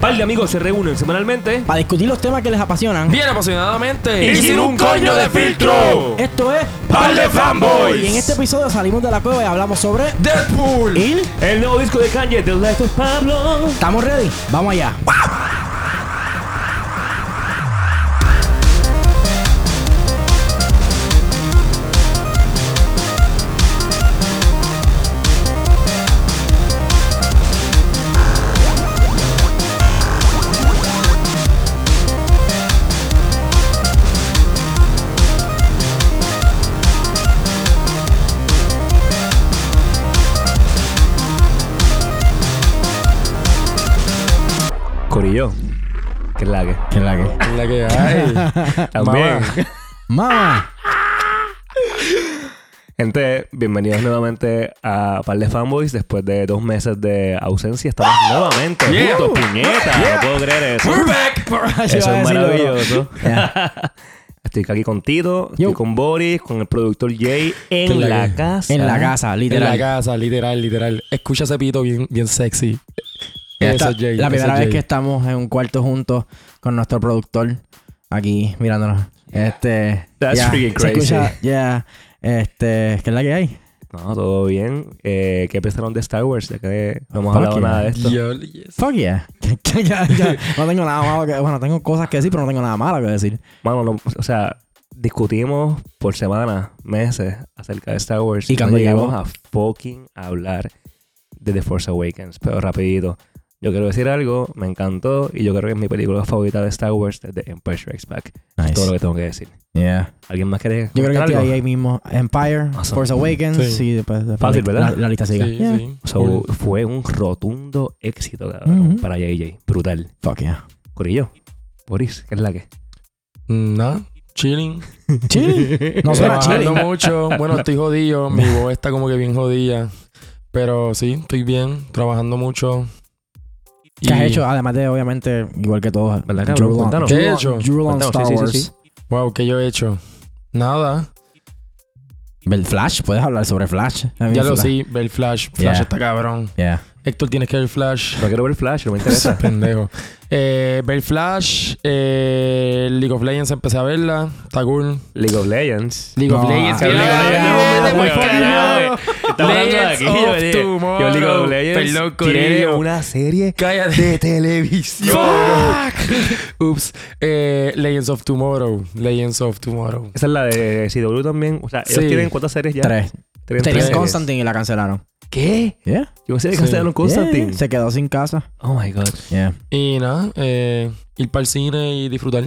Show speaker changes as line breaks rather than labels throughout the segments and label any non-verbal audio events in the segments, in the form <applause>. Par de amigos se reúnen semanalmente.
Para discutir los temas que les apasionan.
Bien apasionadamente.
Y sin un coño de filtro.
Esto es
Par de
Y en
fanboys.
este episodio salimos de la cueva y hablamos sobre
Deadpool.
Il.
El nuevo disco de Kanye, The Last of Pablo.
¿Estamos ready? Vamos allá.
Corillo. Que la que.
¿Qué es la que?
La que hay.
También.
Mamá.
Mamá.
Gente, bienvenidos nuevamente a Par de Fanboys. Después de dos meses de ausencia, estamos nuevamente
Yeah.
juntos, puñeta.
Yeah.
No puedo creer eso.
<laughs> We're back.
Yo
Uh. Eso
iba a
es
decirlo,
maravilloso.
bro. Ya.
<laughs> Estoy aquí con Tito, estoy
Yo.
con Boris, con el productor Jay en
la
la,
que-
casa.
En la casa,
En la
literal.
casa, literal, literal. Escucha ese pito bien, bien sexy.
Esta-
Eso es Jay,
la
eso
primera
es
vez
Jay.
que estamos en un cuarto juntos con nuestro productor aquí mirándonos. Este.
That's freaking
se escucha-
crazy.
yeah. Este. ¿Qué es la que hay?
No, todo bien. Eh, ¿Qué pensaron de Star Wars? Ya que no hemos
Fuck
hablado
yeah.
nada de esto.
Yo- yes.
Fuck yeah. <laughs> Ya, ya. No tengo nada malo que. Bueno, tengo cosas que decir, pero no tengo nada malo que decir.
Mano, no- o sea, discutimos por semanas, meses acerca de Star Wars.
Y
no
cuando llegó-
llegamos a fucking hablar de The Force Awakens, pero rapidito. Yo quiero decir algo, me encantó y yo creo que es mi película favorita de Star Wars desde Empire Strikes Back.
Nice.
Todo lo que tengo que decir.
Yeah.
¿Alguien más quiere
Yo creo que
comentar
estoy
algo?
ahí, ahí mismo. Empire,
Awesome.
Force Awakens
Sí.
y después. después
Fácil,
la-
¿verdad?
La, la lista
Sí,
sigue. Yeah.
sí.
So,
Cool.
Fue un rotundo éxito cabrón,
Ujú.
para JJ. Brutal. <laughs>
Fuck yeah.
Corillo, Boris, ¿qué es la que?
No, Mm, chilling.
Chile. No suena
ah,
chile.
Trabajando mucho. Bueno, estoy
<laughs>
jodido. Mi voz está como que bien jodida. Pero sí, estoy bien. Trabajando mucho.
¿Qué has
Y-
hecho? Además de, obviamente, igual que todos.
¿Verdad, cabrón?
Drool on-
Cuéntanos.
drool
¿Qué he
on-
hecho?
drool on
Cuéntanos,
Star
sí, sí,
Wars.
sí, sí.
Wow, ¿qué yo he hecho? Nada.
Ver Flash, puedes hablar sobre Flash. A mí
Ya
me
lo
fla-
sí, ver Flash. Flash
Yeah.
está cabrón.
Yeah.
Héctor, tienes que
<laughs>
ver Flash.
No quiero ver Flash, no me interesa.
<laughs> Pendejo. Eh, ver Flash. eh, League of Legends empecé a verla. Está cool.
League of Legends.
League of
No,
Legends.
ah,
¡Ya,
League of Legends,
vete
no,
pa'l
no,
carajo! Legends
Legends
of
of
Tomorrow.
Yo League of Legends
Perdón,
tiene
Corillo.
una serie
Cállate.
de televisión.
Fuck. <laughs> Ups. Eh, Legends of Tomorrow. Legends of Tomorrow.
Esa es la de CW también. O sea, ellos
Sí.
tienen cuántas series ya.
Tres.
Tienen
Tenían
series.
Constantine y la cancelaron.
¿Qué?
Yeah.
Yo pensé que
Sí.
cancelaron Constantine.
Yeah. Se quedó sin casa.
Oh my god.
Yeah.
Y nada, eh, ir para el cine y disfrutar.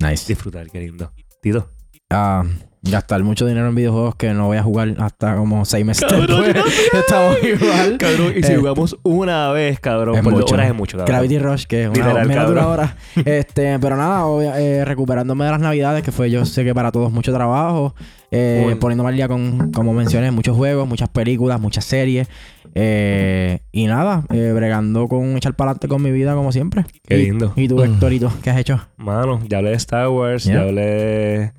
Nice.
Disfrutar, qué lindo. Tito.
Ah, gastar mucho dinero en videojuegos que no voy a jugar hasta como seis meses después. <laughs>
<laughs>
Estamos igual.
Cabrón, y si
Eh,
jugamos una vez, cabrón,
es
por dos
mucho.
horas es mucho, cabrón.
Gravity Rush, que es una
Literal,
menos de una
cabrón. <laughs>
hora. Este, pero nada, obvia- eh, recuperándome de las navidades, que fue yo sé que para todos mucho trabajo, eh,
Full.
poniéndome al día con, como mencioné, muchos juegos, muchas películas, muchas series. eh, y nada, eh, bregando con echar para adelante con mi vida como siempre.
Qué
Y-
lindo.
¿Y tú,
Mm.
Héctorito, qué has hecho?
Mano, ya hablé de Star Wars,
Yeah.
ya hablé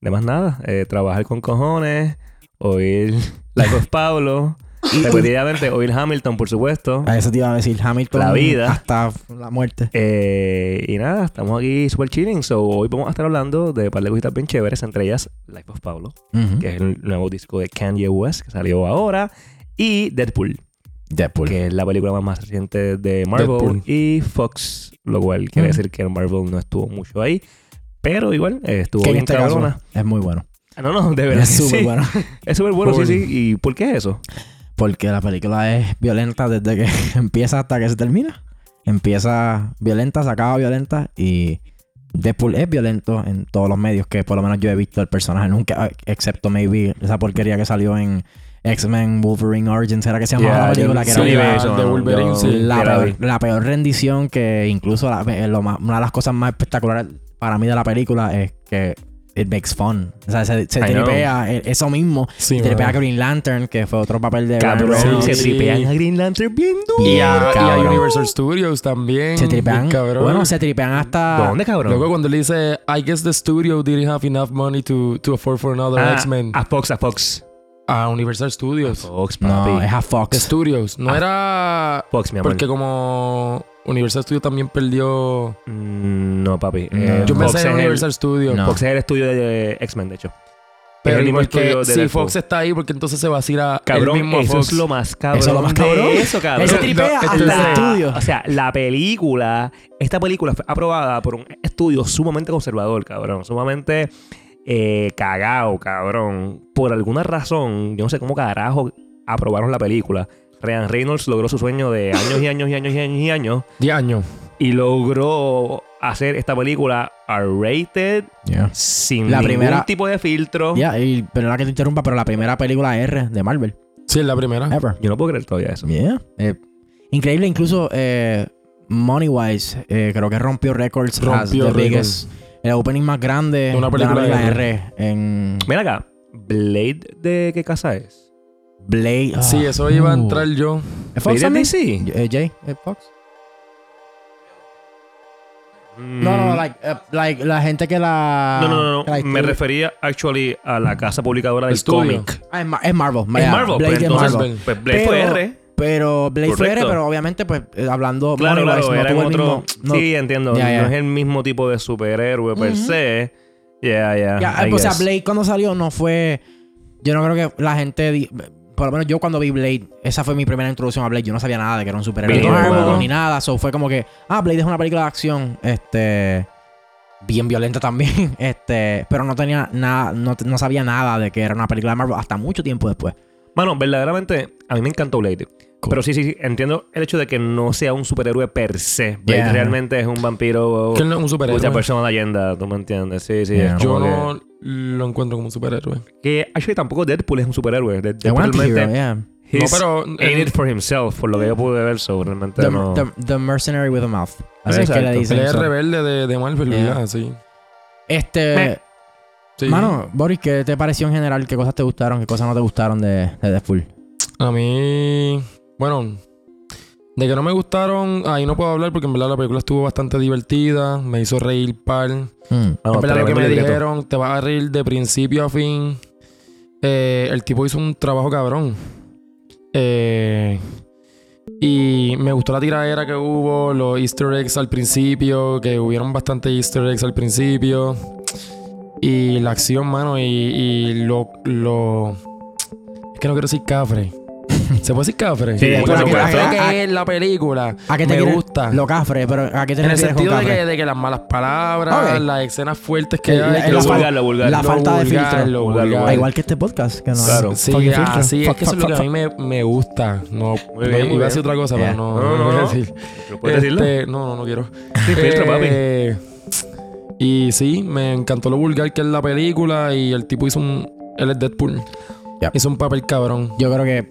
de más nada. Eh, trabajar con cojones, oír Life of
<laughs>
Pablo, repetidamente oír Hamilton, por supuesto.
A eso te iba a decir, Hamilton.
La vida.
Hasta la muerte.
Eh, y nada, estamos aquí super chilling. So, hoy vamos a estar hablando de un par de cositas bien chéveres, entre ellas Life of Pablo,
Ujú.
que es el nuevo disco de Kanye West que salió ahora, y Deadpool,
Deadpool.
que es la película más reciente de Marvel,
Deadpool.
y Fox, lo cual quiere
Mm.
decir que Marvel no estuvo mucho ahí, pero igual eh, estuvo
Que en
bien
este caso
cabrona.
es muy bueno.
Ah, No, no, de verdad.
Es
que
súper
sí.
bueno.
Es súper bueno,
Cool.
sí, sí. ¿Y por qué es eso?
Porque la película es violenta desde que <laughs> empieza hasta que se termina. Empieza violenta, se acaba violenta y Deadpool es violento en todos los medios que por lo menos yo he visto el personaje nunca, excepto maybe esa porquería que salió en X-Men Wolverine Origins, era que se llamaba
Ya,
la
yo-
película que
sí,
era
vi
de
la-
eso,
de
no,
Wolverine,
yo-
sí.
la
ya la
peor,
vi.
la peor rendición que incluso la- eh, lo más- una de las cosas más espectaculares para mí de la película es que it makes fun. O sea, se, se
I know.
tripea eh, eso mismo.
Sí,
se tripea
mano.
a Green Lantern, que fue otro papel de Ryan
Cabrón,
Reynolds.
se
sí.
tripean a Green Lantern bien duro.
Y a, y a
Cabrón.
Universal Studios también.
Se tripean.
Bien Cabrón.
Bueno, se tripean hasta.
¿Dónde, cabrón?
Luego cuando le dice, I guess the studio didn't have enough money to, to afford for another
Ah,
X-Men.
a Fox, a Fox.
A, A Universal Studios.
Fox, papi.
No, es a Fox.
Studios. No
Ah.
era.
Fox, mi amor.
Porque como Universal Studios también perdió.
Mm, No, papi.
No.
Eh,
Yo
Fox
pensé
es
en
el-
Universal Studios.
No.
Fox es el estudio de, de X-Men, de hecho. Es
Pero
el
¿y
mismo
por qué?
estudio de
si
Deadpool.
Fox está ahí, porque entonces se va a ir a
Cabrón,
el mismo
eso
Fox.
es lo más cabrón.
Eso es lo más
de
cabrón.
Eso, cabrón. este
Eso
No,
tripea
no,
hasta
entonces-
Este el estudio.
Ah, O sea, la película, esta película fue aprobada por un estudio sumamente conservador, cabrón. Sumamente eh, cagao, cabrón. Por alguna razón, yo no sé cómo carajo aprobaron la película. Ryan Reynolds logró su sueño de años y años y años y años y años.
10 años.
Y logró hacer esta película R-rated
Yeah.
sin
La
ningún
primera-
tipo de filtro.
Ya, y perdona que te interrumpa, pero la primera película R de Marvel.
Sí, es la primera.
Ever.
Yo no puedo creer todavía eso.
Yeah. Eh, increíble, incluso eh, Moneywise, eh, creo que rompió récords. as the
Rompió
biggest- El opening más grande
De una película
de
de
R. en
Mira acá, Blade de qué casa es?
Blade. Ah.
Sí, eso iba a entrar
Uh.
yo.
¿Es
Blade
Fox también?
es DC.
Eh, Jay, ¿es Fox? No,
Mm,
no, like, eh, like la gente que la.
no, no, no,
que
no.
Ah, la
Me
distribu-
refería actually a la casa publicadora del
Estudio.
cómic.
Ah, es, Mar- es Marvel.
Es
yeah,
Marvel,
Blade
pero
es
entonces
Marvel.
pues Blade fue
Pero-
R.
Pero Blade fue R,
Correcto.
pero obviamente, pues eh, hablando.
Claro,
Moneywise
claro,
no
era
tuvo el
otro.
mismo- no-
sí, entiendo.
Ya, ya.
No es el mismo tipo de superhéroe per
Ujú.
se. Yeah, yeah.
Ya,
I
eh, o sea,
guess.
Blade cuando salió no fue. Yo no creo que la gente. di- Por lo menos yo cuando vi Blade, esa fue mi primera introducción a Blade. Yo no sabía nada de que era un superhéroe
Blade
ni,
es
Marvel,
bueno.
ni nada. So fue como que, ah, Blade es una película de acción. Este. Bien violenta también. <laughs> Este. Pero no tenía nada. No, no sabía nada de que era una película de Marvel hasta mucho tiempo después.
Mano, verdaderamente, a mí me encantó Blade. Pero sí, sí, sí, entiendo el hecho de que no sea un superhéroe per se. Blade
Yeah.
realmente es un vampiro.
Que él no es un
Mucha
superhéroe.
persona leyenda, tú me entiendes. Sí, sí.
Yeah.
es
Yo
como
no lo encuentro como un superhéroe.
Que, que actually tampoco Deadpool es un superhéroe. Dead-
The
Deadpool
One Hero,
realmente.
yeah.
No,
he's
pero.
in
eh,
it for himself, por lo que yo pude ver, so realmente
The,
no.
the- the Mercenary with a Mouth. Así es que
Exacto.
le
él
dicen.
es
eso.
rebelde de, de Marvel,
Yeah.
¿verdad? Sí.
Este.
Meh.
Sí.
Mano, Boris, ¿qué te pareció en general? ¿Qué cosas te gustaron? ¿Qué cosas no te gustaron de, de Deadpool?
A mí. Bueno. De que no me gustaron, ahí no puedo hablar porque en verdad la película estuvo bastante divertida, me hizo reír par.
Mm.
Ah, no,
en verdad lo que
tremendo
me
libreto.
dijeron, te vas a reír de principio a fin. Eh, el tipo hizo un trabajo cabrón. Eh, y me gustó la tiradera que hubo, los easter eggs al principio, que hubieron bastante easter eggs al principio. Y la acción, mano, y, y lo, lo... Es que no quiero decir
<laughs>
cafre. ¿Se puede decir cafre?
Sí,
Como
claro,
lo
claro.
cafre
Ah,
que es la película.
¿A qué te
Me
quieres-
gusta.
Lo cafre, pero ¿a qué te
En el
refieres con
sentido de que,
cafre?
de que las malas palabras,
Ok.
las escenas fuertes que
El-
hay,
el-
que
Lo
la
son-
vulgar, lo vulgar.
la
lo
falta de
vulgar,
filtro.
Lo
Vulgar, lo
vulgar.
Ah, igual que este podcast, que no
Claro.
Sí,
Fucking filtro.
así es
Fuck,
que eso es
fuck,
lo que a
fuck,
mí me, me gusta. No,
Muy bien, muy
no, iba
bien.
a decir otra cosa,
Yeah.
pero no,
No, no,
no voy a
no.
decir.
¿Lo ¿Puedes decirlo?
Este, no, no, no quiero.
Sí, filtro, papi.
Eh, Y sí, me encantó lo vulgar que es la película y el tipo hizo un... Él es Deadpool.
Yeah.
Hizo un papel cabrón.
Yo creo que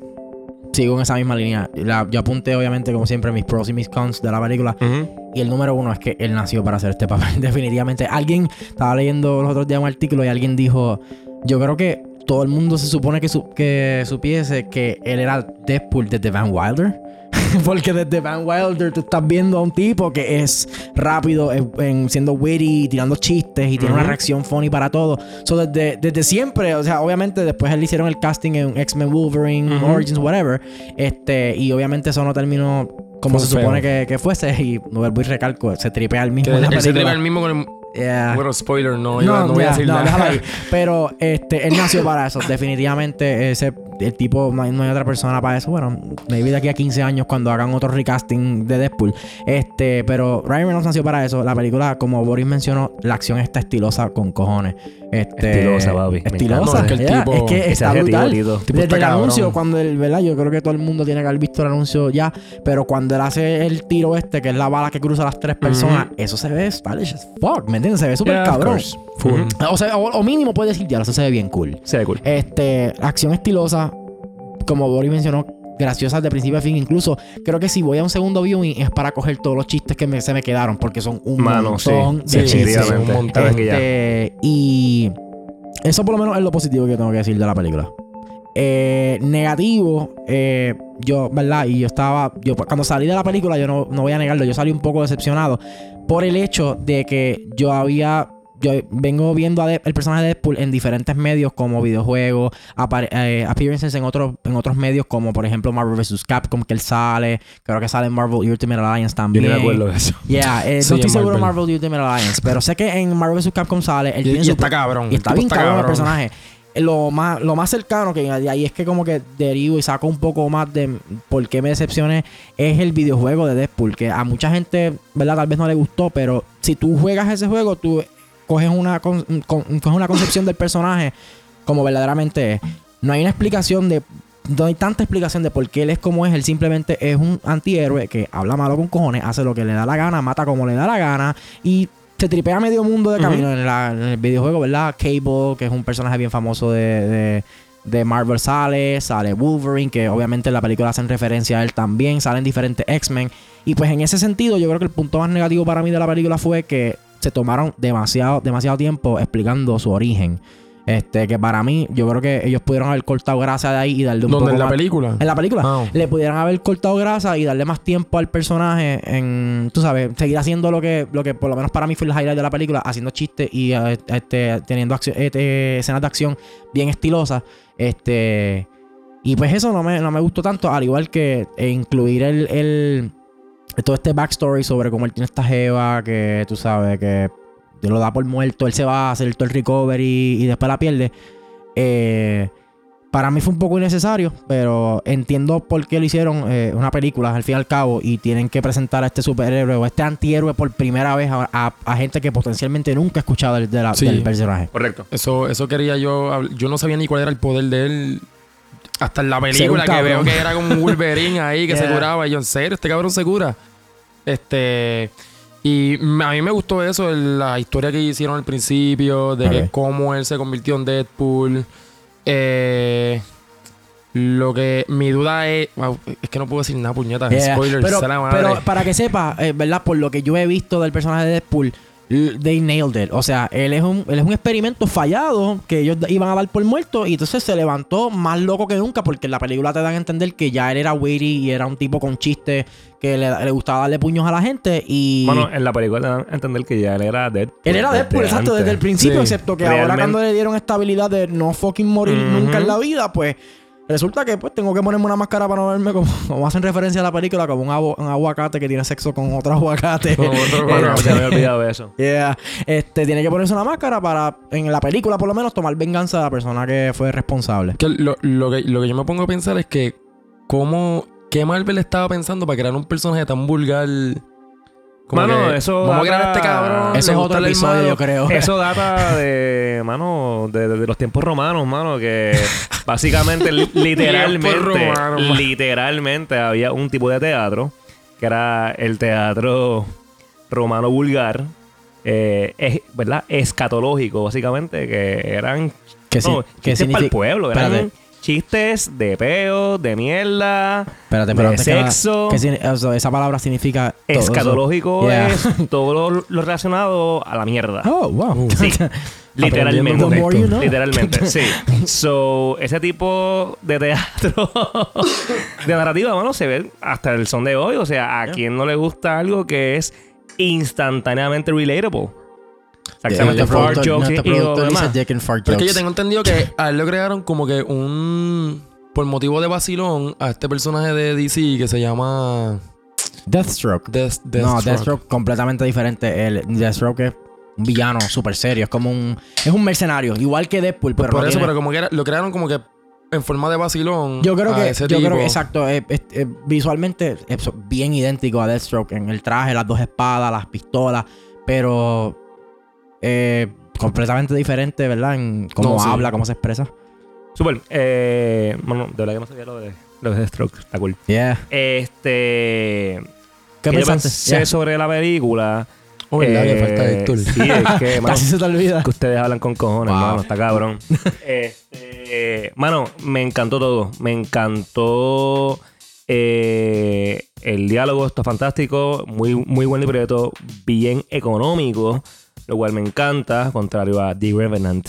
sigo en esa misma línea. La- yo apunté, obviamente, como siempre, mis pros y mis cons de la película.
Ujú.
Y el número uno es que él nació para hacer este papel, <laughs> definitivamente. Alguien estaba leyendo los otros días un artículo y alguien dijo: Yo creo que todo el mundo se supone que, su- que supiese que él era Deadpool desde Van Wilder. <laughs> Porque desde Van Wilder tú estás viendo a un tipo que es rápido, en- en siendo witty, tirando chistes y tiene una
Ujú.
reacción funny para todo. So, desde, desde siempre, o sea, obviamente después él le hicieron el casting en X-Men Wolverine,
Ujú.
Origins, whatever. Este, y obviamente eso no terminó como
Fue
se
feo.
supone que, que fuese. <laughs> Y vuelvo y recalco, se tripea el
Que
mismo en la
él se
película.
el mismo con el...
Yeah.
Bueno, spoiler, no, iba-
No,
no, voy a
ya,
decir
no, déjalo
nada.
ahí. Pero este, él nació para eso. Definitivamente, ese el tipo, no hay, no hay otra persona para eso. Bueno, maybe de aquí a 15 años cuando hagan otro recasting de Deadpool. Este, pero Ryan Reynolds nació para eso. La película, como Boris mencionó, la acción está estilosa con cojones. Este,
Estilosa, papi. Me
Estilosa.
encanta. No, es que el
ya,
tipo-
es que
Ese
está
adjetivo,
brutal.
Tito.
tipo
Desde
está
el
cabrón.
anuncio, cuando él, ¿verdad? Yo creo que todo el mundo tiene que haber visto el anuncio ya, pero cuando él hace el tiro este, que es la bala que cruza las tres personas, eso se ve stylish as fuck, ¿me entiendes? Se ve súper
Yeah, of
cabrón.
course. <laughs> Full.
Ujú.
O, sea, o, o mínimo puede decir, ya, eso se ve bien cool.
Se ve cool.
Este, acción estilosa, como Boris mencionó, graciosas de principio a fin. Incluso creo que si voy a un segundo viewing es para coger todos los chistes que me- se me quedaron, porque son un
Mano, sí.
montón
Sí,
de chistes.
definitivamente.
Un
un
montón.
montón.
Es que ya.
Este, y eso por lo menos es lo positivo que tengo que decir de la película. Eh, negativo, eh, yo, ¿verdad? Y yo estaba, yo cuando salí de la película, yo no, no voy a negarlo, yo salí un poco decepcionado por el hecho de que yo había yo vengo viendo a Deadpool- el personaje de Deadpool en diferentes medios como videojuegos, apare- eh, appearances en otros en otros medios como por ejemplo Marvel vs. Capcom que él sale, creo que sale en Marvel Ultimate Alliance
Yo
también.
ni me acuerdo de eso.
Yeah, eh,
Sí,
no estoy
en
seguro de
Marvel.
Marvel Ultimate Alliance, pero sé que en Marvel vs. Capcom sale, él
Y,
tiene
y
su
está cabrón.
y está
el tipo
bien cabrón el personaje. Eh, Lo más, lo más cercano que de ahí es que como que derivo y saco un poco más de por qué me decepcioné es el videojuego de Deadpool, que a mucha gente, ¿verdad? Tal vez no le gustó, pero si tú juegas ese juego, tú coges una, con- con- coges una concepción del personaje como verdaderamente es. No hay una explicación de... No hay tanta explicación de por qué él es como es. Él simplemente es un antihéroe que habla malo con cojones, hace lo que le da la gana, mata como le da la gana y se tripea medio mundo de camino en, la- en el videojuego, ¿verdad? Cable, que es un personaje bien famoso de, de- de Marvel, sale. Sale Wolverine, que obviamente en la película hacen referencia a él también. Salen diferentes X-Men. Y pues en ese sentido, yo creo que el punto más negativo para mí de la película fue que se tomaron demasiado, demasiado tiempo explicando su origen. Este, que para mí, yo creo que ellos pudieron haber cortado grasa de ahí y darle un
¿Dónde?
poco
¿En la
más-
película?
En la película
Ah.
le pudieran haber cortado grasa y darle más tiempo al personaje en, tú sabes, seguir haciendo lo que, lo que por lo menos para mí fue el highlight de la película, haciendo chistes y eh, este, teniendo accio- este, escenas de acción bien estilosas. Este, y pues eso no me, no me gustó tanto, al igual que eh, incluir el, el- todo este backstory sobre cómo él tiene esta jeva, que tú sabes, que te lo da por muerto, él se va a hacer todo el recovery y después la pierde. Eh, para mí fue un poco innecesario, pero entiendo por qué lo hicieron eh, una película al fin y al cabo y tienen que presentar a este superhéroe o a este antihéroe por primera vez a, a- a gente que potencialmente nunca ha escuchado del, de la-
Sí.
del personaje.
Correcto.
Eso, eso quería yo. habl- Yo no sabía ni cuál era el poder de él. Hasta en la película que
cabrón.
veo que era como un Wolverine ahí que se
<laughs> Yeah.
curaba. Y yo, en serio, este cabrón se cura. Este. Y m- a mí me gustó eso, el- la historia que hicieron al principio, de que
Ok.
cómo él se convirtió en Deadpool. Eh, lo que mi duda es. wow, es que no puedo decir nada, puñeta.
Yeah.
Spoilers,
pero,
sea la madre.
pero para que sepa, eh, ¿verdad? Por lo que yo he visto del personaje de Deadpool, l- they nailed it. O sea, él es un, él es un experimento fallado que ellos d- iban a dar por muerto y entonces se levantó más loco que nunca porque en la película te dan a entender que ya él era witty y era un tipo con chistes que le, le gustaba darle puños a la gente y...
Bueno, en la película te dan a entender que ya él era Deadpool.
él era
Pues desde
Deadpool, exacto,
antes.
desde el principio,
Sí.
excepto que ahora
Realmente-
cuando le dieron esta habilidad de no fucking morir
Ujú.
nunca en la vida, pues resulta que pues tengo que ponerme una máscara para no verme como, <laughs> como hacen referencia a la película, como un, abo- un aguacate que tiene sexo con otro <laughs> aguacate.
Oh.
Como otro
Bueno,
aguacate.
se me había olvidado de eso.
Yeah. Este, tiene que ponerse una máscara para, en la película por lo menos, tomar venganza de la persona que fue responsable.
Que lo, lo que, lo que yo me pongo a pensar es que cómo qué Marvel estaba pensando para crear un personaje tan vulgar. Como
Mano,
que,
eso
Vamos a
data-
crear a este
Ah,
cabrón.
Eso
le
es
gusta
otro
el
episodio,
malo.
yo creo.
Eso data de, mano, de, de- de los tiempos romanos, mano,
<laughs>
que básicamente, li-
Tiempos
literalmente,
romanos, mano.
literalmente había un tipo de teatro que era el teatro romano vulgar, eh, es- ¿verdad? Escatológico, básicamente, que eran
<laughs> Que sí,
no,
que
chistes para el
significa-
pueblo, eran
Espérate,
chistes de peo, de mierda,
espérate, pero
de
antes que nada,
sexo.
¿qué signi- o sea, esa palabra significa todo eso?
Escatológico
Yeah. <laughs>
es todo lo, lo relacionado a la mierda.
Oh, wow.
Sí.
<laughs> Aprendiendo
Literalmente.
the more you know. <laughs>
Literalmente, sí. So, ese tipo de teatro, <laughs> de narrativa, mano, se ve hasta el son de hoy. O sea, ¿a quién no le gusta algo que es instantáneamente relatable? Exactamente,
Nuestro
este
fart
productor-
jokes
nuestro
y- y lo
productor dice
demás.
dick and fart
Pero es que
jokes.
yo tengo entendido que a él lo crearon como que un. Por motivo de vacilón, a este personaje de DC que se llama.
Deathstroke.
Death,
no,
Deathstroke.
Deathstroke completamente diferente. El Deathstroke es un villano súper serio. Es como un... Es un mercenario. Igual que Deadpool, pero
Pues Por
no
eso,
tiene-
pero como que era- lo crearon como que en forma de vacilón.
Yo creo
a
que,
ese
yo creo
tipo.
que exacto, eh, es- eh, visualmente es bien idéntico a Deathstroke en el traje, las dos espadas, las pistolas, pero eh, completamente diferente, ¿verdad? En cómo
No, sí.
habla, cómo se expresa.
Super. Eh, mano, de verdad que no sabía lo de, lo de Stroke. Está cool.
Yeah.
Este.
¿Qué
que yo
pensaste?
pensé
Yeah.
sobre la película.
Oh, verdad, que
eh,
falta Héctor. <laughs>
Sí, es que,
<laughs>
mano,
<laughs> Casi se te olvida.
que ustedes hablan con cojones,
Wow.
mano. Está
<laughs>
cabrón. Este, mano, me encantó todo. Me encantó eh, el diálogo, está fantástico. Muy, muy buen libreto, bien económico, lo cual me encanta. Contrario a The Revenant.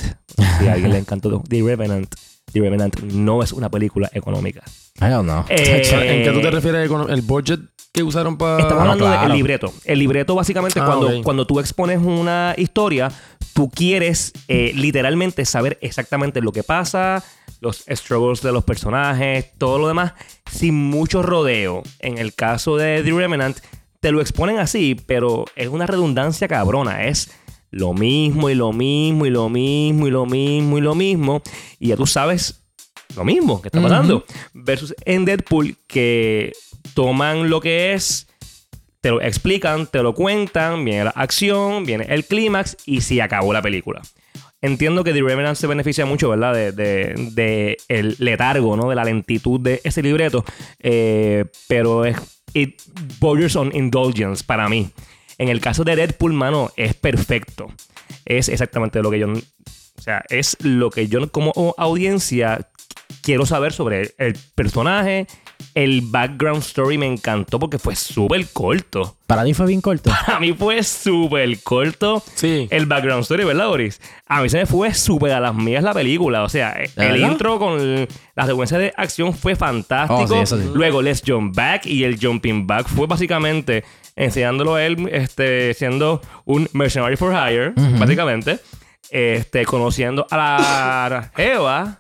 Si a alguien le encantó The Revenant, The Revenant no es una película económica.
I don't know.
Eh,
¿En qué tú te refieres con el budget que usaron para.?
Estamos
Ah, no,
hablando del
claro.
libreto. El libreto básicamente es
Ah,
cuando,
ok.
cuando tú expones una historia, tú quieres eh, literalmente saber exactamente lo que pasa, los struggles de los personajes, todo lo demás, sin mucho rodeo. En el caso de The Remnant, te lo exponen así, pero es una redundancia cabrona. Es lo mismo y lo mismo y lo mismo y lo mismo y lo mismo. Y ya tú sabes lo mismo que está pasando. Versus en Deadpool, que toman lo que es te lo explican, te lo cuentan, viene la acción, viene el clímax y se acabó la película. Entiendo que The Revenant se beneficia mucho, ¿verdad? De, de- de el letargo, ¿no? De la lentitud de ese libreto. eh, pero es. It borders on indulgence para mí. En el caso de Deadpool, mano, es perfecto. Es exactamente lo que yo. O sea, es lo que yo como audiencia quiero saber sobre el personaje. El background story me encantó porque fue súper corto.
Para ti fue bien corto.
<laughs> A mí fue súper corto
Sí.
el background story, ¿verdad, Boris? A mí se me fue súper a las mías la película. O sea, el
verdad?
intro con la secuencia de acción fue fantástico.
Oh, sí, eso sí.
Luego, let's jump back. Y el jumping back fue básicamente enseñándolo a él este, siendo un mercenary for hire, básicamente. Este, conociendo a
<laughs>
la Jeva,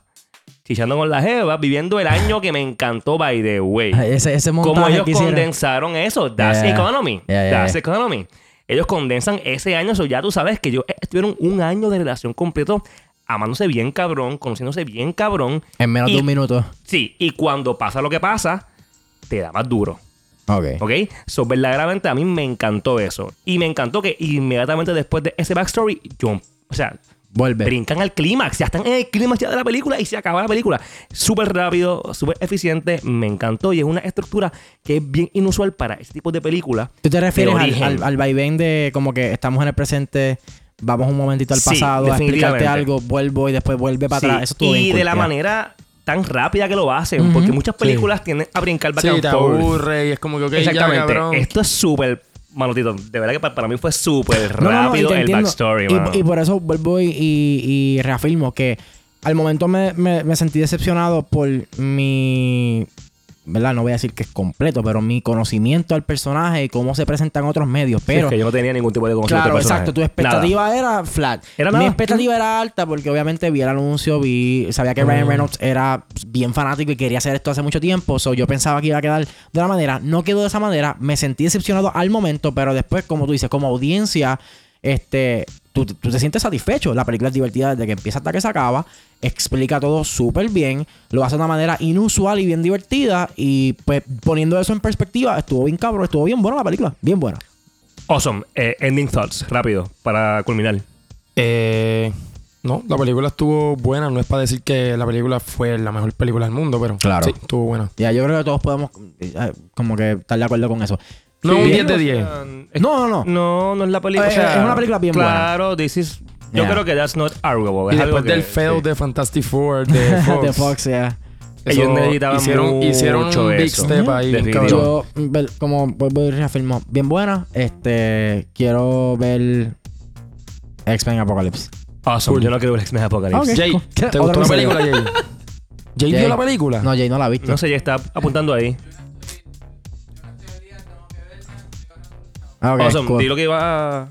chichando con la Jeva, viviendo el año que me encantó, by the way.
Ah, Ese, ese
Como
montaje
ellos
que hicieron.
condensaron eso. That's
Yeah.
economy.
Yeah, yeah,
That's
yeah.
economy. Ellos condensan ese año. So ya tú sabes que ellos estuvieron un año de relación completo amándose bien cabrón, conociéndose bien cabrón.
En menos
Y-
de un minuto.
Sí, y cuando pasa lo que pasa, te da más duro.
Ok.
¿Ok? So, verdaderamente a mí me encantó eso. Y me encantó que inmediatamente después de ese backstory, yo, o sea,
Vuelve.
brincan al clímax. Ya están en el clímax ya de la película y se acaba la película. Súper rápido, súper eficiente. Me encantó. Y es una estructura que es bien inusual para este tipo de película.
¿Tú te refieres al,
origen.
al, al vaivén de como que estamos en el presente, vamos un momentito al
Sí,
pasado a explicarte
definitivamente.
algo, vuelvo y después vuelve para
Sí,
atrás? Eso estuvo
y
bien
de
cool,
la
ya.
manera tan rápida que lo hacen. Porque muchas películas tienden a brincar back
Sí,
and
te
forth.
aburre y es como que, ok,
Exactamente.
ya, cabrón.
Esto es súper. Manotito, de verdad que pa- para, mí fue súper
No, no, no, y
rápido
te
el
entiendo.
backstory,
Y-
mano.
Y, por eso vuelvo y, y- y reafirmo que al momento me, me- me sentí decepcionado por mi. ¿Verdad? No voy a decir que es completo, pero mi conocimiento al personaje y cómo se presentan otros medios.
Sí,
Pero.
es que yo no tenía ningún tipo de conocimiento
Claro,
del personaje.
exacto. Tu
Nada.
expectativa era flat.
Era
Mi
nada.
expectativa era alta porque obviamente vi el anuncio, vi, sabía que
Mm.
Ryan Reynolds era bien fanático y quería hacer esto hace mucho tiempo. So yo pensaba que iba a quedar de la manera. No quedó de esa manera. Me sentí decepcionado al momento, pero después, como tú dices, como audiencia, este, tú, tú te sientes satisfecho. La película es divertida desde que empieza hasta que se acaba. Explica todo súper bien. Lo hace de una manera inusual y bien divertida. Y pues poniendo eso en perspectiva, estuvo bien cabrón, estuvo bien buena la película. Bien buena.
Awesome. Eh, ending thoughts, rápido, para culminar.
Eh, no, la película estuvo buena. No es para decir que la película fue la mejor película del mundo, pero
Claro.
sí, estuvo buena.
Ya, yo creo que todos podemos eh, como que estar de acuerdo con eso.
No, un
Sí.
10 de 10.
No, no, no.
No, no es la película.
Eh, es una película bien buena.
Claro, this is. Yo
Yeah.
creo que that's not arguable.
Y
Pues es algo
después
que-
del fail
sí.
de Fantastic Four, de
<laughs>
Fox.
De Fox, ya.
eso
Ellos necesitaban
hicieron, hicieron
mucho
un big
eso.
step ahí. bien
Definitivo.
Yo,
cabrón.
mm, ver- como vuelvo y reafirmo, bien buena. Este, quiero ver X-Men Apocalypse.
Awesome. Yo no quiero ver X-Men Apocalypse. <laughs>
Ok.
Jay,
¿Qué? Otra
¿te gustó la
cosa.
película, Jay? ¿Jay
Jay.
vio la película?
No, Jay, no la viste.
No sé, ya está apuntando ahí.
Ah, ok,
awesome.
cool.
Di lo que iba a.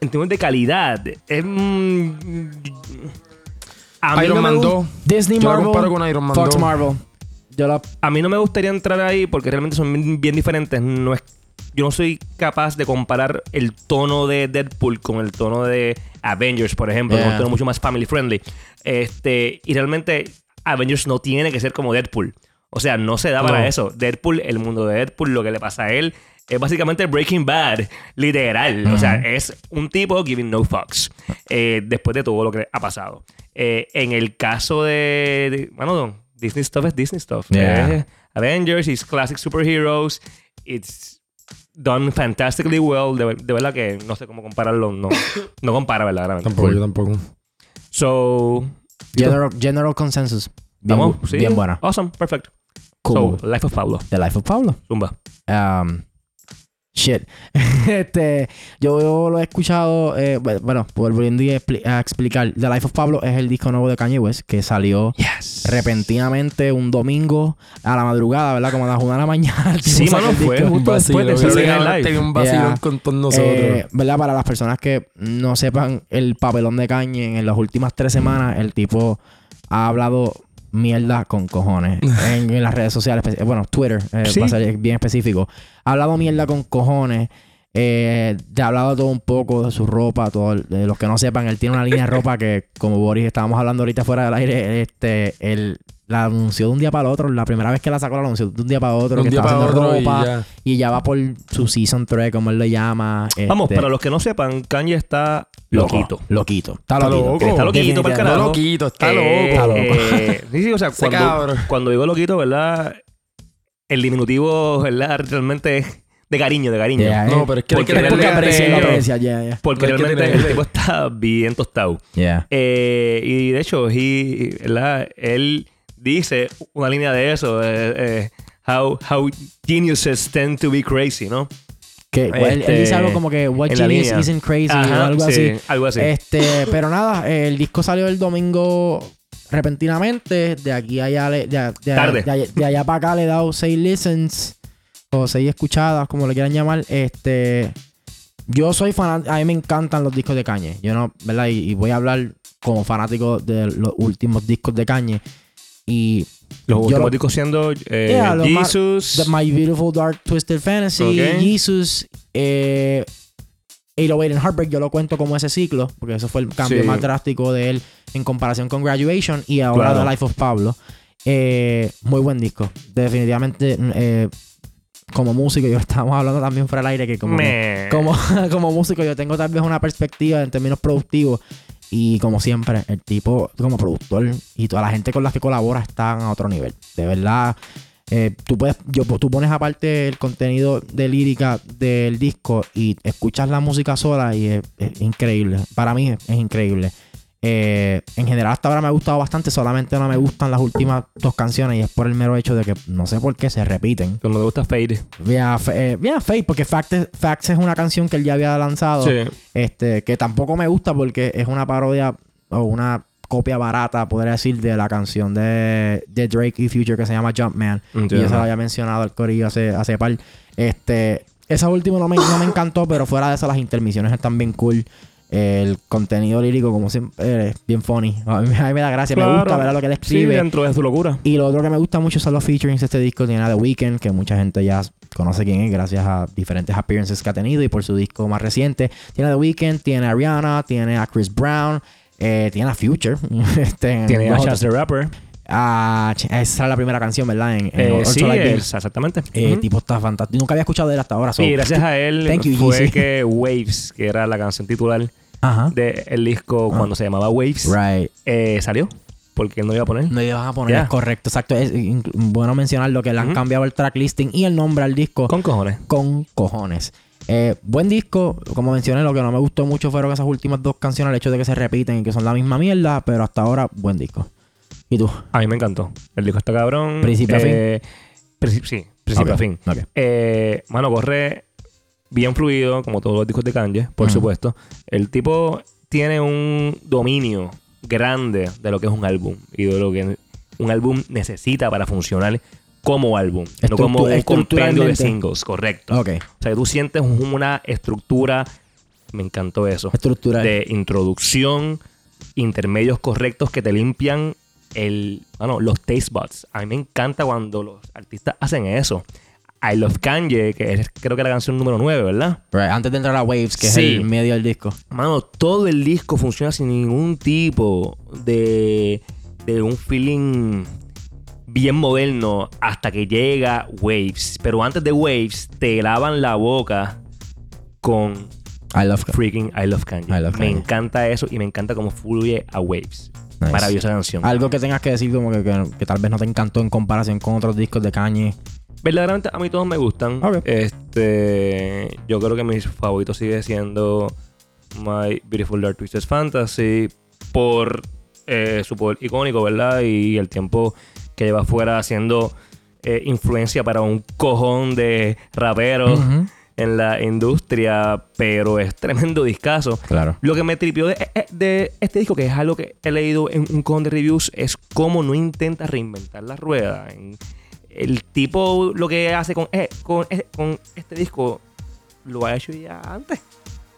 En términos de calidad, es. mm, a mí
Iron
no me
Man
gusta-
2.
Disney
Yo la
Marvel.
comparo con Iron Man
Fox
2.
Marvel. Yo la.
A mí no me gustaría entrar ahí porque realmente son bien bien diferentes. No es, yo no soy capaz de comparar el tono de Deadpool con el tono de Avengers, por ejemplo, que es un
Yeah.
tono mucho más family friendly. Este, y realmente Avengers no tiene que ser como Deadpool. O sea, no se da para
No.
eso. Deadpool, el mundo de Deadpool, lo que le pasa a él es básicamente Breaking Bad, literal. O sea, es un tipo giving no fucks eh, después de todo lo que ha pasado. Eh, en el caso de, de- Bueno, don, Disney Stuff es Disney Stuff.
Yeah.
Eh, Avengers, it's classic superheroes, it's done fantastically well. De, ver- de verdad que no sé cómo compararlo, no, no compara verdaderamente.
Tampoco, yo tampoco.
So,
General, General Consensus. Bien,
¿vamos?
bu-
Sí.
bien buena.
Awesome, perfect.
Cool.
So, Life of Pablo,
The Life of Pablo.
Zumba.
Um, Shit. <laughs> este, yo, lo he escuchado, eh, bueno, bueno, volviendo y expli- a explicar. The Life of Pablo es el disco nuevo de Kanye West que salió
Yes.
repentinamente un domingo a la madudrugada, ¿verdad? Como a las una de la mañana. <laughs> el tipo
Sí,
saca
mano,
el
fue
disco.
justo después de
Vacilo,
Saturday
vieron
Night
que
Live.
un vacilón
Yeah.
con todos nosotros.
Eh, ¿Verdad? Para las personas que no sepan el papelón de Kanye, en las últimas tres semanas el tipo ha hablado mierda con
<laughs>
cojones en, en las redes sociales, espe- bueno, Twitter, eh,
Sí.
va a ser bien específico. Ha hablado mierda con cojones. Eh, te ha hablado todo un poco de su ropa, todo el- de los que no sepan, él tiene una línea de ropa que, como Boris estábamos hablando ahorita fuera del aire, este, él la anunció de un día para el otro, la primera vez que la sacó la anunció de un día para el otro,
un
que
día
estaba
para
haciendo
otro y
ropa,
ya.
y ya va por su season 3, como él le llama.
Vamos,
este,
para los que no sepan, Kanye está
loco,
loquito.
Loquito. Está
Está
loquito.
loco.
Está loquito para el
Definitivamente.
Está
carajo.
loquito, está
Eh,
loco.
eh, sí, sí, o sea,
Ese
cuando,
cabrón.
cuando digo loquito, ¿verdad? El diminutivo, ¿verdad? Realmente es de cariño, de cariño.
Yeah,
No,
eh.
pero es que hay
Porque
que
le-
Porque
tenerle
aprecia, lo
cariño.
aprecia, yeah, yeah.
Porque
No hay que
realmente
tener-
el tipo está bien tostado.
Yeah.
Eh, y de hecho, he- ¿verdad? él dice una línea de eso. eh, eh, how, how geniuses tend to be crazy, ¿no?
Que, pues, él, él
Este,
dice algo como que What
en la
genius
línea.
isn't crazy
Ajá,
o algo
sí,
así.
Algo así.
Este, pero nada, el disco salió el domingo repentinamente. De aquí a allá, le- de, de-
Tarde.
de- de allá para acá le he dado seis listens o seis escuchadas, como le quieran llamar. Este, yo soy fanático, a mí me encantan los discos de Kanye. Yo no, ¿verdad? Y, y voy a hablar como fanático de los últimos discos de Kanye. Y
los
yo
últimos
lo-
discos siendo eh,
Yeah, los más-
Jesus.
The My Beautiful Dark Twisted Fantasy,
Ok.
Jesus, eh, 808 and Heartbreak, yo lo cuento como ese ciclo, porque eso fue el cambio
Sí.
más drástico de él en comparación con Graduation y ahora
Claro.
The Life of Pablo. Eh, muy buen disco. Definitivamente, mm, eh, como músico, yo <laughs> estábamos hablando también fuera del aire que como, que-
Meh.
como, <laughs> como músico yo tengo tal vez una perspectiva en términos productivos y como siempre, el tipo como productor y toda la gente con la que colabora están a otro nivel. De verdad, eh, tú, puedes, yo, tú pones aparte el contenido de lírica del disco y escuchas la música sola y es, es increíble. Para mí es, es increíble. Eh, en general hasta ahora me ha gustado bastante, solamente no me gustan las últimas dos canciones y es por el mero hecho de que no sé por qué se repiten.
Cuando te gusta Fade.
Vía Fe- eh, vía Fade, porque Facts es, Facts es una canción que él ya había lanzado. Este, que tampoco me gusta porque es una parodia o una copia barata, podría decir, de la canción de, de Drake y Future que se llama Jumpman. Y yo se lo había mencionado al corillo hace, hace par. Este, esa última no me, no me encantó, pero fuera de eso las intermisiones están bien cool. El contenido lírico, como siempre, es bien funny. A mí, a mí me da gracia, me gusta ver lo que él
Sí,
escribe.
dentro de su locura.
Y lo otro que me gusta mucho son los featurings de este disco. Tiene a The Weeknd, que mucha gente ya conoce quién es gracias a diferentes appearances que ha tenido y por su disco más reciente. Tiene a The Weeknd, tiene a Rihanna, tiene a Chris Brown, eh, tiene a Future. <laughs> este, en
Tiene a
los
Chance the Rapper.
Ah, ch- esa es la primera canción, ¿verdad? En, en
Eh,
Or-
sí,
Or Like
es-
This.
exactamente.
Eh,
Ujú.
tipo está fantástico. Nunca había escuchado de él hasta ahora. so-
y gracias a él
Thank you,
fue
Yeezy.
que Waves, que era la canción titular
Ajá.
del disco cuando se llamaba Waves,
Ah. Right.
eh, salió. Porque él no iba a poner.
No ibas a poner
Yeah.
es correcto. Exacto. Es inc- bueno mencionar lo que le han
Ujú.
cambiado el track listing y el nombre al disco.
Con cojones.
con cojones. Eh, buen disco, como mencioné, lo que no me gustó mucho fueron esas últimas dos canciones, el hecho de que se repiten y que son la misma mierda, pero hasta ahora, buen disco. ¿Y tú?
A mí me encantó. El disco está cabrón.
Principio a
Eh, princi- sí, principio a fin.
Ok.
Eh, mano, corre bien fluido, como todos los discos de Kanye, por
Ajá.
supuesto. El tipo tiene un dominio grande de lo que es un álbum y de lo que un álbum necesita para funcionar como álbum, no como un
Estructu-
compendio de
estructuralmente.
singles, correcto.
Ok,
O sea, que tú sientes una estructura, me encantó eso,
estructural.
de introducción, intermedios correctos que te limpian el, bueno, los taste buds. A mí me encanta cuando los artistas hacen eso. I Love Kanye, que es creo que la canción número 9, ¿verdad?
Right, Antes de entrar a Waves, que
Sí.
es el medio del disco.
Mano, todo el disco funciona sin ningún tipo de, de un feeling bien moderno hasta que llega Waves. Pero antes de Waves, te lavan la boca con
I love it.
freaking I Love Kanye.
I Love
me
Kanye.
encanta eso y me encanta cómo fluye a Waves.
Nice.
Maravillosa canción.
Algo que tengas que decir como que, que- que tal vez no te encantó en comparación con otros discos de Kanye.
Verdaderamente a mí todos me gustan.
Ok.
Este, yo creo que mi favorito sigue siendo My Beautiful Dark Twisted Fantasy por eh, su poder icónico, ¿verdad? Y el tiempo que lleva fuera haciendo eh, influencia para un cojón de raperos.
Ujú.
en la industria, pero es tremendo discazo.
Claro.
Lo que me tripió de, de este disco, que es algo que he leído en un con de reviews, es cómo no intenta reinventar la rueda. En- El tipo lo que hace con, eh, con, eh, con este disco lo ha hecho ya antes.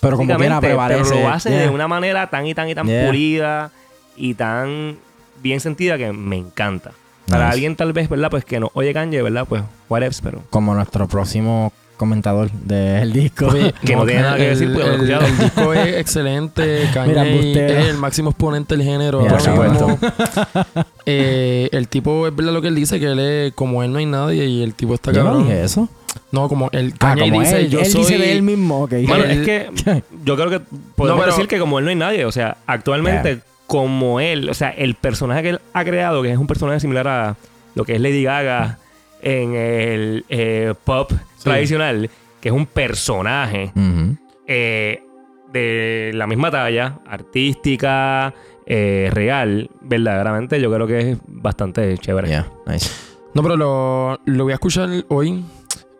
Pero como quiera
prácticamente,
prevalece.
pero lo hace de
Yeah.
una manera tan y tan y tan
Yeah.
pulida y tan bien sentida que me encanta. Para
Nice.
alguien tal vez, ¿verdad? Pues que no oye Kanye, ¿verdad? Pues what ifs, pero...
Como nuestro próximo comentador del disco. <laughs>
Oye,
Que no tiene nada que
el-
decir, porque lo he
el,
escuchado.
el disco es excelente.
Mira,
Kanye
embustero.
es el máximo exponente del género.
Mira,
ahora mismo.
cabrón.
Eh, el tipo, es verdad lo que él dice, que él es como él no hay nadie y el tipo está
Yo no
cabrón.
dije eso.
No, como él,
Ah,
Kanye
como
dice,
él.
yo
él
soy...
dice de él mismo, ok. eh,
Bueno,
Él-
es que
<laughs>
yo creo que podemos
No, pero-
decir que como él no hay nadie. O sea, actualmente, como él, o sea, el personaje que él ha creado, que es un personaje similar a lo que es Lady Gaga en el eh, pop tradicional, que es un personaje
Ujú.
eh, de la misma talla, artística, eh, real, verdaderamente, yo creo que es bastante chévere.
Yeah, nice.
No, pero lo, lo voy a escuchar hoy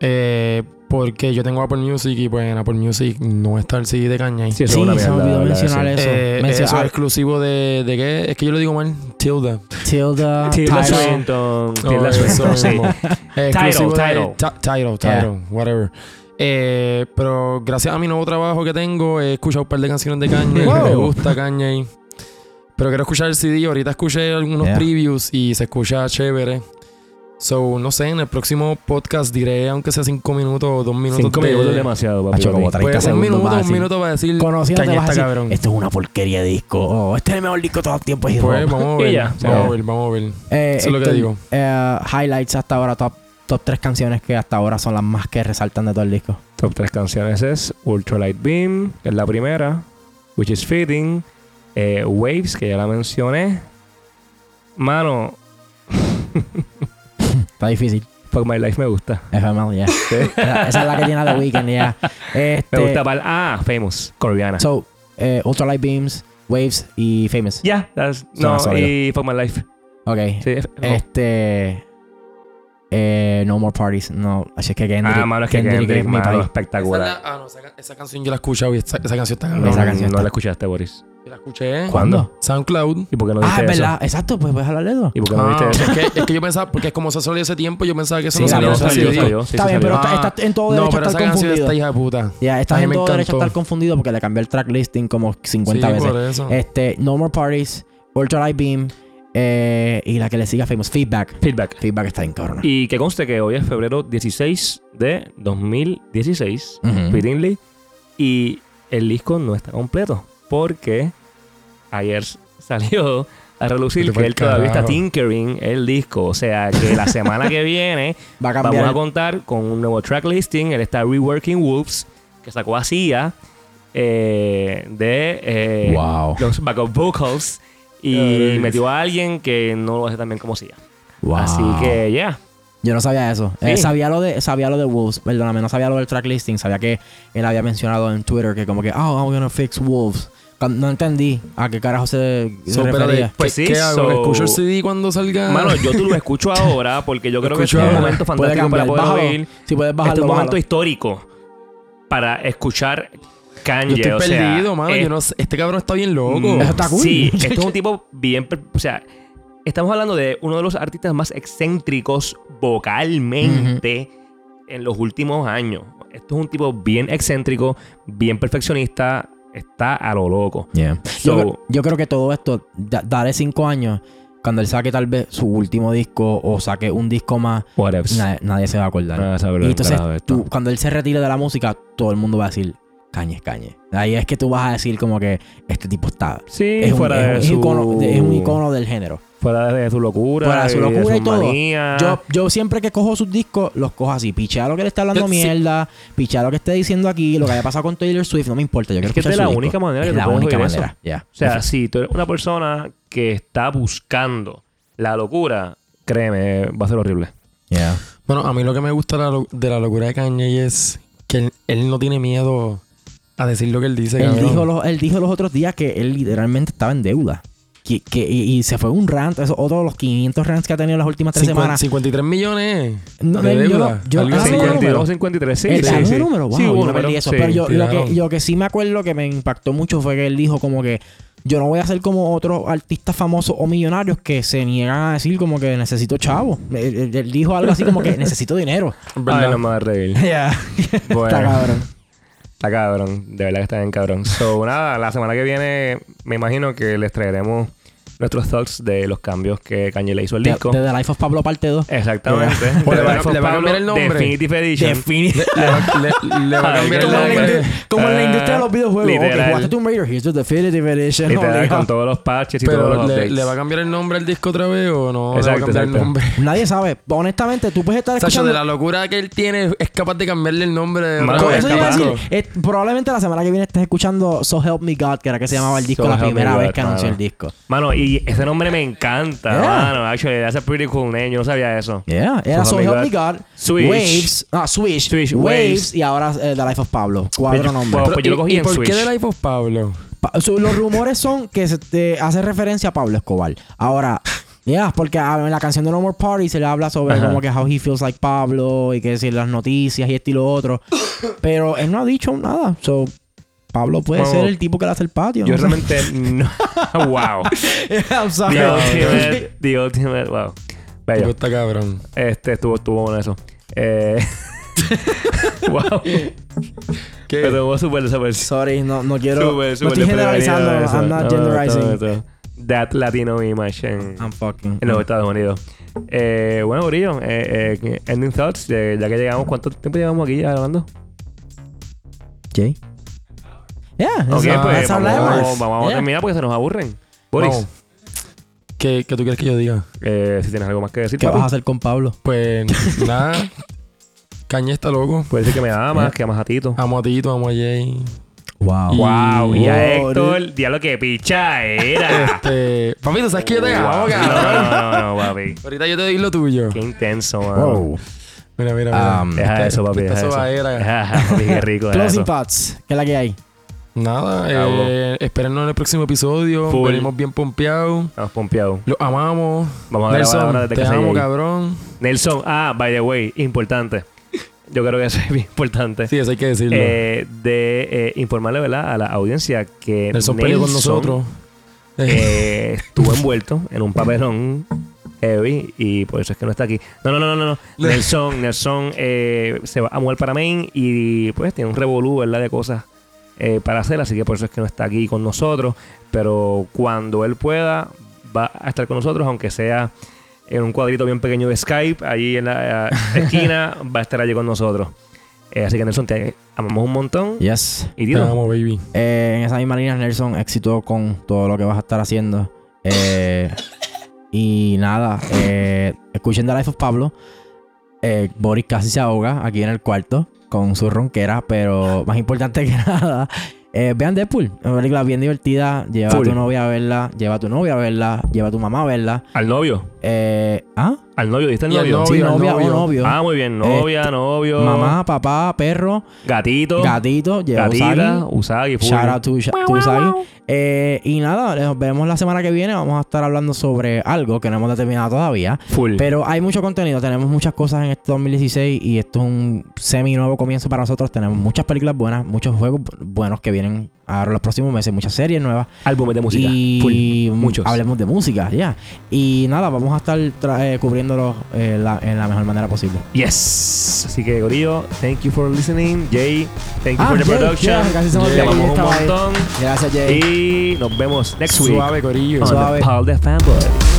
eh, porque yo tengo Apple Music y pues en Apple Music no está el CD de Kanye.
Sí, eso es
Sí, se
una
me
mierda,
olvidó
la verdad,
mencionar
sí.
eso.
Eh,
Mencio-
eso es
ah,
exclusivo de, de qué? Es que yo lo digo mal. Tilda.
Tilda
Tilda, Tidal.
Swinton,
Oh,
Tilda
eso
Swinton, sí.
mismo. Eh, exclusivo
Tidal,
de-
Tidal.
Ta- Tidal,
Yeah.
Tidal, whatever. Eh, pero gracias a mi nuevo trabajo que tengo, he escuchado un par de canciones de Kanye.
Wow.
Me gusta Kanye. Pero quiero escuchar el CD. Ahorita escuché algunos
Yeah.
previews y se escucha chévere. So, no sé, en el próximo podcast diré, aunque sea cinco minutos o dos minutos
Cinco
de-
minutos es demasiado, papi.
Hacho, como
para mí.
Pues,
30
un
segundos
minuto,
más,
un
sí.
minuto para decir
Conociéndote
Kanye
vas a
Este está
decir,
cabrón.
Esto es una porquería de disco. Oh, este es el mejor disco de todos los tiempos. hip hop".
Pues vamos a
Y
ver,
ya,
vamos
se
a
acabó.
ver, vamos a ver.
Eh,
Eso es lo que
Héctor,
digo.
eh, highlights hasta ahora, top, top 3 canciones que hasta ahora son las más que resaltan de todo el disco.
Top 3 canciones es Ultralight Beam, que es la primera, Which is Fitting, eh, Waves, que ya la mencioné. Mano,
Está difícil.
Fuck My Life me gusta.
FML,
<laughs>
ya. Esa esa es la que tiene The Weeknd, ya. Este,
Me gusta para... Ah, Famous, colombiana.
So, eh, Ultralight Beams, Waves y Famous.
ya, that's-
Suena
no,
sólido.
y Fuck My Life.
Ok.
Sí, oh. f- no.
Este. eh, no More Parties. No, así es que Kendrick.
ah, mano, es que
Kendrick
Kendrick,
es mi
mano,
país.
espectacular.
Esa es la- ah, no, esa, ca- esa canción yo la he escuchado y esa, esa canción está cabrón.
No,
Esa canción
no
está-
la escuchaste, Boris.
Yo la escuché.
¿Cuándo?
SoundCloud.
¿Y por qué no
Ah,
viste
es
eso?
verdad. Exacto, pues puedes hablar de eso.
¿Y por qué no
Ah,
viste eso?
es, que, es que yo pensaba, porque es como se salió ese tiempo, yo pensaba que eso
Sí,
no
salió,
salía
salió,
en ese CD.
salió.
sí,
Está
sí salió.
bien, pero
Ah,
está- está en todo
No,
derecho
pero
a
esa
estar
canción
confundido.
está hija de puta.
Ya, estás
Ay,
en
me
todo derecho a
encantó.
estar confundido porque le cambié el track listing como 50
Sí,
veces.
por eso.
Este, No More Parties, Ultralight Beam eh, y la que le siga Famous, Feedback.
Feedback.
Feedback está en cabrón.
Y que conste que hoy es febrero 16 de 2016.
Ujú.
Fittingly. Y el disco no está completo. Porque ayer <laughs> salió a relucir
Vete pa'l
que él todavía está
carajo.
tinkering el disco. O sea que
<laughs>
la semana que viene
Va a
vamos
cambiar.
a contar con un nuevo track listing. Él está reworking Wolves, que sacó a Sia eh, de eh,
Wow.
los backup vocals. Y metió a alguien que no lo hace tan bien como Sia.
Wow.
Así que, ya.
Yo no sabía eso. Eh,
Sí.
sabía, lo de, sabía lo de Wolves, perdóname, no sabía lo del track listing. Sabía que él había mencionado en Twitter que como que, oh, I'm gonna fix Wolves. Cuando- No entendí a qué carajo se, se
So, pero de-
refería.
Pues
¿qué-
sí,
¿Qué hago?
so-
¿Escucho el CD cuando salga?
Mano, yo tú lo
<laughs>
escucho ahora porque yo creo que es
Escucho
un
ahora.
momento
Puede
fantástico para
cambiar.
poder
Bájalo.
oír.
Si
Este
puedes
es
bajarlo,
un momento
bájalo.
histórico para escuchar
yo
Kanye.
estoy
o sea,
perdido, mano.
es-
yo no sé. Este cabrón está bien loco.
Mm,
Eso está cool.
Sí,
<laughs>
este es un tipo bien. per- O sea, estamos hablando de uno de los artistas más excéntricos vocalmente en los últimos años. Esto es un tipo bien excéntrico, bien perfeccionista, está a lo loco.
Yeah.
So,
yo, creo- yo creo que todo esto, da- daré cinco años, cuando él saque tal vez su último disco o saque un disco más,
whatevs.
na- nadie se va a acordar.
Nada, sabe
y
lo
entonces,
carajo de ah, esto.
tú, cuando él se retire de la música, todo el mundo va a decir, Cañe es Cañe. Ahí es que tú vas a decir como que este tipo está...
Sí,
Es un,
fuera
es
de
un
su-
icono, de- es un icono del género.
Fuera de su locura.
Fuera de su
y
locura y
sus
todo.
manías.
Yo, yo siempre que cojo sus discos, los cojo así. Pichea lo que le está hablando
Yo- sí.
mierda, pichea lo que esté diciendo aquí, lo que haya pasado con Taylor Swift, no me importa. Yo quiero
que es
escuchar
de la
su disco.
única manera que
Es
tú
la
puedes
única
oír eso.
manera. ya.
O sea, si tú eres una persona que está buscando la locura, créeme, va a ser horrible.
Yeah.
Bueno, a mí lo que me gusta de la lo- de la locura de Kanye es que él, él no tiene miedo a decir lo que él dice,
Él
cabrón.
dijo, los, él dijo los otros días que él literalmente estaba en deuda. que, que- y, y se fue un rant, eso, otro de los 500 rants que ha tenido las últimas tres
Cincuenta-
semanas.
53 millones.
No,
de
yo-
deuda,
yo-
algo
ah,
así.
sí, número.
52, 53, sí.
el
sí,
ganó
sí.
número, wow,
Sí,
yo
hubo
no perdí
número,
eso.
sí.
pero yo, lo que,
tiraron.
yo que sí me acuerdo que me impactó mucho fue que él dijo como que yo no voy a ser como otros artistas famosos o millonarios que se niegan a decir como que necesito chavo. Él, él- él dijo algo así como que necesito dinero.
Ay,
¿Verdad?
no me va a reír.
<laughs> Ya. <laughs> Está
Bueno,
cabrón.
está cabrón. De verdad que está bien cabrón.
<laughs>
So, nada, la semana que viene me imagino que les traeremos nuestros thoughts de los cambios que Kanye le hizo al
De,
disco.
de The Life of Pablo parte 2.
Eh, Exactamente.
Pues le va-
Life of
le va a cambiar
Pablo,
el nombre.
Definitive Edition.
Le va- le- le va a
Ay, eh.
cambiar el
¿cómo le-
nombre.
como en la industria de los videojuegos. Ok,
Literal.
jugaste Tomb Raider, here's the definitive edition. <laughs>
Literal,
obligado.
con todos los patches y todos
Pero
los
le,
updates.
¿le va a cambiar el nombre al disco otra vez o no
Exacto,
le va a cambiar
exacto.
el
<laughs>
nombre?
Nadie sabe. Honestamente, tú puedes estar
Sacho,
escuchando...
de la locura que él tiene, es capaz de cambiarle el nombre. de
Mano,
Con
otra
es
eso
vez,
iba a
capaz.
cabrón.
decir, eh, probablemente la semana que viene estés escuchando So Help Me God, que era que se llamaba el disco
So
la
Help Me
primera
God,
vez que anunció
mano.
el disco.
Mano, y ese nombre me encanta,
Yeah.
mano. Actually, that's a pretty cool name. Yo no sabía eso.
Yeah, era So, Help Me God,
Swish.
Waves, ah, Swish,
Swish,
Waves
Waves.
y ahora eh, The Life of Pablo. Cuatro
Pero-
nombres.
Wow. Pues yo lo
¿Y-
cogí
¿Y
en
por qué
Switch.
de Life of Pablo?
Pa- so, los rumores son que se te hace referencia a Pablo Escobar. Ahora, yeah, porque ah, en la canción de No More Party se le habla sobre
Ajá.
como que how he feels like Pablo y que decir las noticias y esto y lo otro. Pero él no ha dicho nada. So, Pablo puede
Bueno,
ser el tipo que le hace el patio.
Yo
no sé.
realmente no. <laughs> wow.
Yeah, <laughs> I'm sorry.
The ultimate, the ultimate, wow.
Tipo,
Bello.
está cabrón.
Este estuvo, estuvo bueno eso. Eh, <laughs> wow.
¿Qué?
Pero estuvo súper, súper.
<laughs> Sorry, no, no quiero.
Súper,
no
súper.
estoy generalizando.
desprevenido eso.
I'm not
No,
genderizing.
todo, todo. That Latino image en,
I'm fucking.
en los Estados Unidos. Eh, bueno, Brillo, eh, eh, ending thoughts. eh, ya que llegamos, ¿cuánto tiempo llevamos aquí ya hablando?
Jay. Yeah,
Ok,
that's-
pues
that's our
vamos,
levels.
vamos a
Yeah.
terminar porque se nos aburren. Boris,
Vamos. ¿Qué, qué tú quieres que yo diga?
eh, si tienes algo más que decir,
¿Qué
papi,
vas a hacer con Pablo?
Pues
<laughs>
nada. Cañé está loco.
puedes decir que me amas, que amas a Tito.
Amo a Tito, amo a Jay.
Wow.
Wow, y a
Ah, Boris.
Héctor, diablo que picha
<laughs>
era.
Este. Papito, ¿sabes que yo te
Wow.
amo,
No,
cabrón?
no, no, no, papi.
Ahorita yo te digo lo tuyo.
Qué intenso, mano.
Wow.
Mira, mira, mira.
Um,
Deja
Esta-
eso, papi.
esta
Deja eso.
sobadera.
Ajá, papi, Qué rico. deja
Closing
eso.
Pots. ¿Qué es la que hay?
Nada,
Acabó.
eh, espérennos en el próximo episodio.
Full.
Venimos bien pompeados.
Estamos pompeados.
Los amamos.
Vamos a grabar ahora
Nelson,
desde
te
casa de
amo,
Jay.
cabrón.
Nelson, ah, by the way, importante. Yo creo que eso es bien importante.
Sí, eso hay que decirlo.
Eh, de eh, informarle, ¿verdad? A la audiencia que
Nelson peleó con
Nelson,
nosotros. Eh,
eh, estuvo envuelto en un papelón heavy y por eso es que no está aquí. No, no, no, no,
<laughs>
no. no. Nelson, Nelson eh, se va a mudar para Maine y pues tiene un revolú, ¿verdad? De cosas eh, para hacer, así que por eso es que no está aquí con nosotros. Pero cuando él pueda, va a estar con nosotros, aunque sea en un cuadrito bien pequeño de Skype, allí en la eh,
<laughs>
esquina, va a estar allí con nosotros. Eh, así que Nelson, te amamos un montón.
Yes.
Y
<laughs> te
Tito,
amo, baby.
Eh, en esa misma línea, Nelson, éxito con todo lo que vas a estar haciendo. Eh, y nada, eh, escuchen The Life of Pablo. Eh, Boris casi se ahoga aquí en el cuarto con su ronquera, pero más importante que <laughs> nada, eh, vean Deadpool. Una película bien divertida. Lleva
Full.
a tu novia a verla, lleva a tu novia a verla, lleva a tu mamá a verla.
al novio.
Eh, ¿Ah?
Al novio, ¿diste el
Y al
novio?
Sí,
Novio,
novia
novio.
o novio.
Ah, muy bien. Novia, novio.
Este, Mamá, papá, perro,
Gatito.
gatito, lleva a Usagi.
Gatita. Usagi. full.
Shout out to, Usha- to Usagi. Eh, y nada, nos vemos la semana que viene. Vamos a estar hablando sobre algo que no hemos determinado todavía.
Full.
Pero hay mucho contenido. Tenemos muchas cosas en este 2016 y esto es un semi nuevo comienzo para nosotros. Tenemos muchas películas buenas, muchos juegos bu- buenos que vienen ahora los próximos meses, muchas series nuevas.
Álbumes de música.
Y
Full. Muchos.
hablemos de música, ya. Y nada, vamos a estar tra- eh, cubriéndolo eh, la- en la mejor manera posible.
Yes. Así que, Gorillo, thank you for listening. Jay, thank you
Ah,
for the
Jay,
production.
yeah, casi se me
Te
olvidó que
amamos un
Jay estaba ahí.
montón.
Gracias, Jay.
Y nos vemos next week.
Suave, corillo.
on
Suave.
the Pal de Fanboys.